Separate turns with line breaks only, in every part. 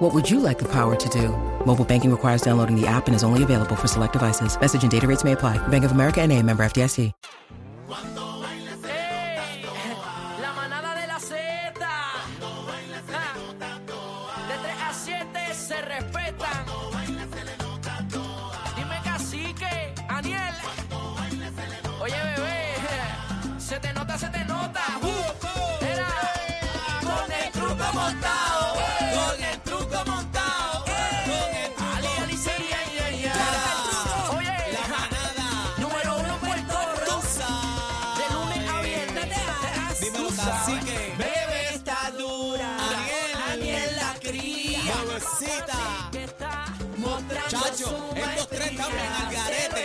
What would you like the power to do? Mobile banking requires downloading the app and is only available for select devices. Message and data rates may apply. Bank of America and a member
¡Ey!
FDIC.
La manada de la Z. Ah. De 3 a 7 se respetan. Dime cacique, Aniel. Oye, bebé. Se te nota, se te nota. Era con el truco montado. Con el truco montado. Con el truco Ali, Ali, sí, ay, ay, ay. Oye, la manada. Número uno en Puerto Rico. De lunes a viernes te harás
Dímelo,
tú sabes.
cacique.
Bebe está dura.
Ariel.
Ariel la cría.
Jovencita.
Que está
Chacho,
mostrando
estos tres estamos en
al
el garete.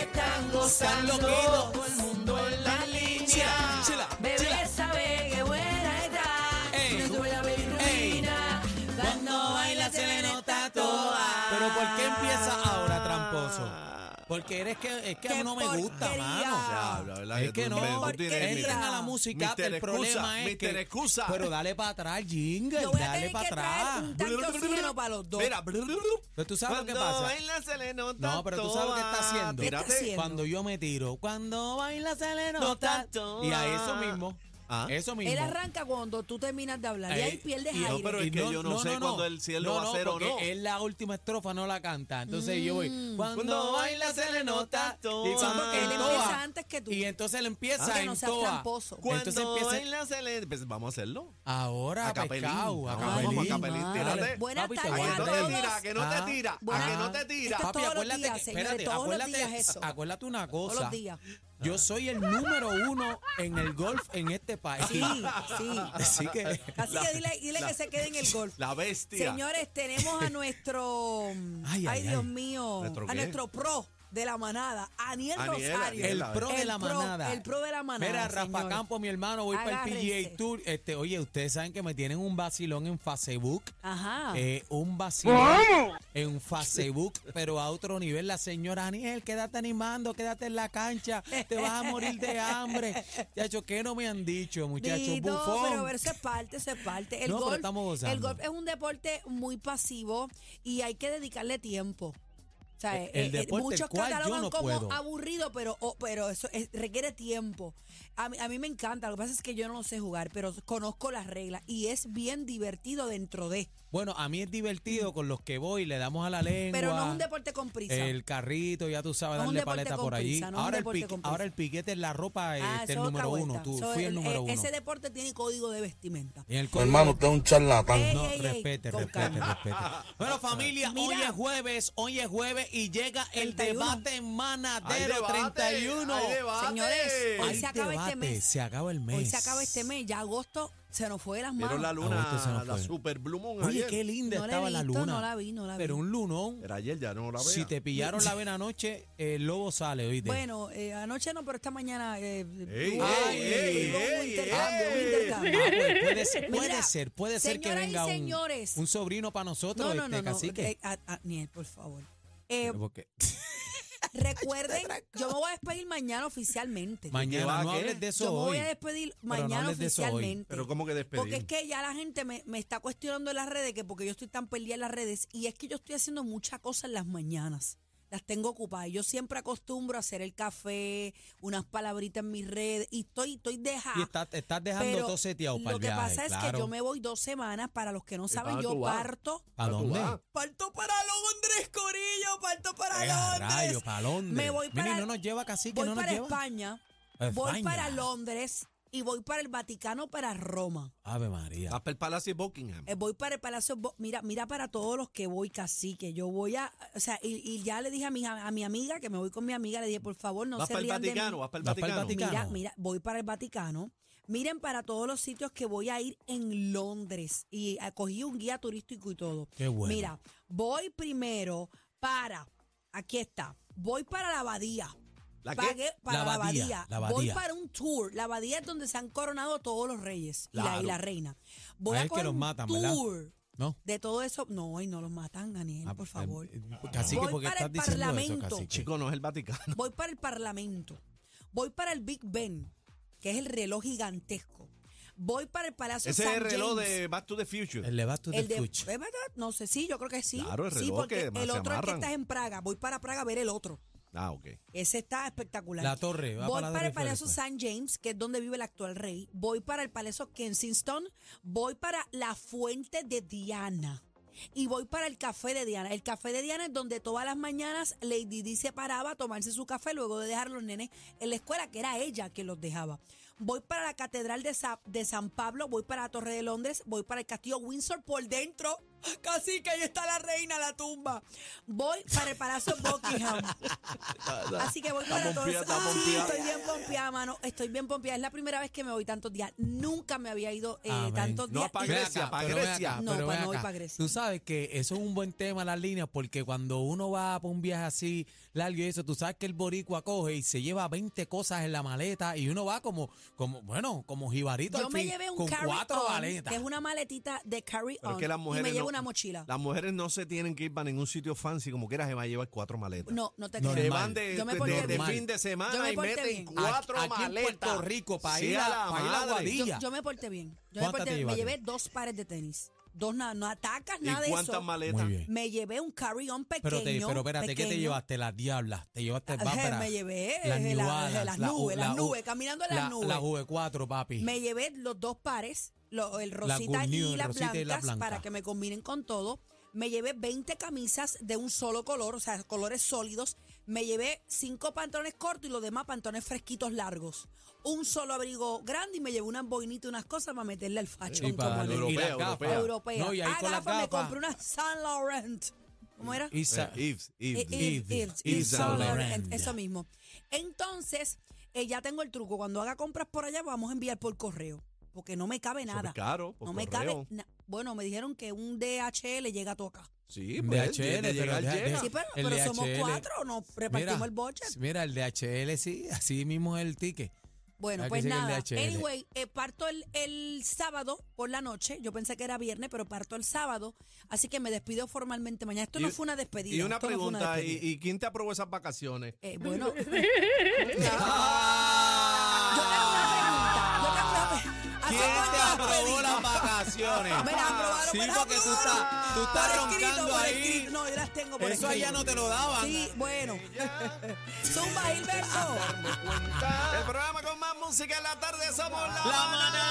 Están
Están
gozando
loquitos.
todo el mundo en la línea.
Chila, chila,
Bebé
chila.
sabe que buena está.
Ey.
No duele la
Ey.
ruina. Cuando baila se le nota toda.
Pero ¿por qué empieza ahora, tramposo? Porque eres que, es que a mí no me gusta,
porquería.
mano.
Diablo, la verdad
es
que
que
tú
no,
tienes- tú
porque
tienes- mira,
entran a la música,
Mister
el problema
Excusa,
es
Mister
que...
Excusa.
Pero dale para atrás, jingle,
Yo voy a
dale
tener
para
que traer
atrás.
un tanque de oxígeno para los dos.
Mira,
Pero tú sabes lo que
Cuando
pasa.
baila se le nota
No, pero tú sabes lo que está
toa.
haciendo.
¿Qué está
Mírate.
haciendo?
Cuando yo me tiro, cuando baila se le nota.
tanto.
Y a eso mismo,
Ah.
eso mismo.
Él arranca cuando tú terminas de hablar y
Ey,
ahí pierdes
y no,
aire.
pero- es
Y
que yo no sé cuándo él- si él lo va a hacer o
porque
no.
Él la última estrofa no la canta. Entonces yo voy. Cuando,
Cuando
baila se le nota.
toa.
Y cuando
Porque
Mm. él
en
empieza
toa.
antes que tú.
Y entonces él empieza
Ah. Que
en
no seas
toa.
tramposo.
Cuando
Entonces empieza.
baila se le... Pues vamos a hacerlo.
Ahora,
Acapelín,
pescado.
vamos,
acapelín.
vamos, acapelín,
Dale.
tírate.
Buenas
Papi, te
tardes
voy
A
a
que no
dar.
te
todos.
tira, a que no
Ah.
te tira, a
Buenas-
que no te tira.
Esto es
Papi,
todos los
acuérdate,
días,
que-
señores,
espérate,
todos los
acuérdate,
días eso.
acuérdate una cosa.
los días.
Yo soy el número uno en el golf en este país.
Sí, sí.
Así que.
Así que dile, dile
la-
que se quede en el golf.
La bestia.
Señores, tenemos a nuestro, ay,
Ay, ay,
Dios
ay.
mío,
¿Nuestro
a
qué?
nuestro pro de la manada, Aniel
Aniel,
Rosario.
Aniel,
El
la
pro de
El
la
pro,
manada.
el pro de la manada,
Mira, Rafa
señor.
Campo, mi hermano, voy para el
Agárrense.
PGA Tour. Este, oye, ustedes saben que me tienen un vacilón en Facebook.
Ajá.
Eh, un vacilón en Facebook, pero a otro nivel. La señora Aniel, quédate animando, quédate en la cancha, te vas a morir de hambre. Muchachos, ¿qué no me han dicho, muchachos?
Dito,
Bufón.
pero verse parte, se parte. El,
No, pero
golf,
estamos gozando.
el golf es un deporte muy pasivo y hay que dedicarle tiempo. O sea,
El- el
eh, eh,
deporte
muchos
el cual yo
catalogan
no
como
puedo.
aburrido, pero, oh, pero eso es- requiere tiempo. A mí, a mí me encanta, lo que pasa es que yo no lo sé jugar, pero conozco las reglas y es bien divertido dentro de.
Bueno, a mí es divertido con los que voy, le damos a la lengua.
Pero no es un deporte con prisa.
El carrito, ya tú sabes,
No es un
darle
deporte
paleta
con
por allí.
prisa, no es un
ahora, el
deporte
pique-
con prisa.
ahora el piquete en la ropa
Ah, eso
este, el
es otra
número uno.
vuelta.
Tú,
Eso
fui
es-
el número
eh,
uno.
Ese deporte tiene código de vestimenta.
En el
Mi
código-
hermano, usted es un charlatán.
Ey,
No,
ey, ey,
respete,
con
respete,
calma.
respete. Bueno, familia,
Mira.
hoy es jueves, hoy es jueves y llega el
31.
debate en
Hay
Manadero
debate,
31.
hay debate.
Señores, hoy
Hay
se acaba este
debate,
mes.
Se acaba el mes.
Hoy se acaba este mes, ya agosto se nos fue de las manos.
Vieron la
Agosto se
luna,
nos
la
fue.
super blue moon
Oye,
ayer.
qué linda
No la he
estaba la
visto,
luna.
no la vi, no la vi.
Pero un lunón,
Era ayer, ya no la veo.
si te pillaron la vena anoche, el lobo sale, oíste.
Bueno, eh, anoche no, pero esta mañana eh,
Ey,
hubo-
ey,
hubo
ey,
un
ey,
intercambio, un
ey.
intercambio.
Ah, pues puede ser, puede
¡Eh! Mira,
ser, puede ser que
señoras y
venga un,
señores.
un sobrino para nosotros,
No, no,
este
no, no.
cacique.
eh, a- a- Niel, por favor. Eh,
Pero porque-
recuerden, yo me voy a despedir mañana oficialmente.
mañana
va,
no
qué?
hables de eso
yo me
hoy.
voy a despedir
no
mañana
hables de eso hoy.
oficialmente.
Pero ¿cómo que despedir?
Porque es que ya la gente me, me está cuestionando en las redes que porque yo estoy tan perdida en las redes y es que yo estoy haciendo muchas cosas en las mañanas. Las tengo ocupadas. Yo siempre acostumbro a hacer el café, unas palabritas en mis redes y estoy, estoy dejada.
y estás estás dejando
ah, Pero
todo seteado para
Lo
el
que
viaje.
pasa es
claro.
que yo me voy dos semanas. Para los que no saben,
dónde
yo
tú vas?
parto.
¿A dónde?
vas?
Parto para Londres, Corillo. Parto para
Eh, a
Londres.
rayos, pa' Londres.
Me voy
Mira, y
para-
no nos lleva casi que
voy
no nos
para
lleva.
España,
A
Voy
España.
para Londres y voy para el Vaticano, para Roma.
Ave María.
Ah,
Vas para el Palacio de Buckingham.
Eh, Voy para el Palacio. Bo- Mira, mira para todos los que voy, cacique. Yo voy a. O sea, y, y ya le dije a mi, a mi amiga, que me voy con mi amiga, le dije, por favor, no
vas
se
para el
rían de mí.
Vaticano, vas para el
Vas pa'l
Vaticano.
Vaticano.
Mira, mira, voy para el Vaticano. Miren para todos los sitios que voy a ir en Londres. Y eh, cogí un guía turístico y todo.
Qué bueno.
Mira, voy primero para. Aquí está. Voy para la abadía.
¿La qué?
Pagué para la
La
abadía,
abadía, la abadía.
Voy para un tour. La abadía es donde se han coronado todos los reyes y la- y, la,
Claro.
reina. Voy
Ah,
a,
es que
coger
los
un
matan, ¿verdad?
tour
No. Ah, eh,
de todo eso. No, y no los matan, Daniel, eh,
pues,
por favor.
Casi que
Voy
porque
para el
estás diciendo eso,
Parlamento.
cacique?
Chico, no es el Vaticano.
Voy para el Parlamento. Voy para el Big Ben, que es el reloj gigantesco. Voy para el Palacio
Ese es
San
el reloj
James.
de Back to the Future.
El Levato de
El de,
Fuch.
¿es verdad? No sé, sí, yo creo que sí.
Claro, el
sí,
reloj
porque
que más
el
se
otro es que
amarran.
estás en Praga. Voy para Praga a ver el otro.
Ah, ok.
Ese está espectacular.
La torre, va
Voy
para la
para el
torre
Palacio
Eiffel.
San James, que es donde vive el actual rey. Voy para el Palacio Kensington. Voy para la Fuente de Diana. Y voy para el Café de Diana. El Café de Diana es donde todas las mañanas Lady Di se paraba a tomarse su café luego de dejar a los nenes en la escuela, que era ella quien los dejaba. Voy para la Catedral de, Sa- de San Pablo, voy para la Torre de Londres, voy para el Castillo Windsor por dentro. Casi que ahí está la reina, la tumba. Voy para el Palacio Buckingham. Así que voy
Está
para todos.
pompeada, está
Ah,
pompeada.
estoy bien pompeada, mano. Estoy bien pompeada. Es la primera vez que me voy tantos días. Nunca me había ido eh,
Amén.
tantos
No
días.
apague-
Y-
Ven
Grecia, pa'
pero ven
Grecia.
No,
pero
pa-
ven
no voy
acá.
pa' Grecia.
Tú sabes que eso es un buen tema, las líneas, porque cuando uno va para un viaje así largo y eso, tú sabes que el boricua coge y se lleva 20 cosas en la maleta y uno va como, como bueno, como jibarito
Yo
al
me
fin,
llevé un
con
carry
cuatro
on,
maletas.
que es una maletita de carry
Pero
on.
es que las
Oh, y
mujeres.
me llevo
no-
una mochila.
Las mujeres no se tienen que ir para ningún sitio fancy, como quieras, se va a llevar cuatro maletas.
No, no te
No,
creo.
Se
normal.
van de,
Yo me
de-
porté
de
bien.
fin de
Yo
semana
me
y
porté
meten
bien.
cuatro
Aquí- aquí en
maletas.
Puerto Rico, pa'
Sí,
ir a-
la
pa' ir a
madre.
Guadilla.
Yo,
Ya.
yo me porté bien. Yo me
¿Cuántas
porté
te
bien. Me
llevaste?
llevé dos pares de tenis. Dos nada, no atacas, nada
¿Y
de
cuántas
eso.
maletas? Eh,
Muy bien.
Me llevé un carry on pequeño.
Pero, te, pero espérate, ¿qué te
pequeño.
llevaste? Las diablas, te llevaste el
Ajá, me llevé eh, la- las nubes, las nubes, caminando en las nubes.
La V4, papi.
Me llevé los dos pares, lo- el rosita,
Good News,
y,
el
las
rosita y la
blancas,
blanca.
para que me combinen con todo. Me llevé 20 camisas de un solo color, o sea, colores sólidos. Me llevé cinco pantalones cortos y los demás pantalones fresquitos largos. Un solo abrigo grande y me llevé unas boinitas y unas cosas para meterle al facho.
Sí,
como
para
le-
el-
y las
Europea,
gafas.
europea.
europea.
No, y ahí
ah,
con las
gafas, me
gafas.
compré una Saint Laurent. ¿Cómo era?
Y sa-
Eh, Yves, Yves.
Eh, Yves,
Yves,
Yves,
Yves
Yves
Saint
Saint
Laurent.
Laurent, Eso mismo. Entonces, eh, ya tengo el truco. Cuando haga compras por allá, vamos a enviar por correo. Porque no me cabe
Eso es
nada.
caro, por
no me
correo.
cabe. na- bueno, me dijeron que un DHL llega todo acá.
Sí, pues,
DHL,
de llegar,
pero deja-
llega.
Ah,
Sí, pues, pero,
el
pero somos
DHL.
cuatro, nos repartimos el budget.
Mira, el DHL sí, así mismo es el ticket.
Bueno,
hay que
pues
seguir el
nada.
DHL.
Anyway, eh, parto el, el sábado por la noche. Yo pensé que era viernes, pero parto el sábado. Así que me despido formalmente mañana. Esto
Y-
no fue una despedida.
Y una
esto no fue
pregunta, ¿y,
despedida.
y quién te aprobó esas vacaciones?
Eh, bueno, Yo tengo una pregunta. Yo tengo una pregunta.
¿Quién
Hacemos
te
la
aprobó
despedida.
las vacaciones?
Me la aprobaron,
Sí,
me la
porque tú
aprobaron.
estás- tú estás
Por escrito,
roncando
por
ahí.
escrito. No, yo las tengo por
Eso allá
escrito.
no te lo daban.
Sí, bueno. Zumba, Gilberto.
El programa con más música en la tarde somos la,
La manada.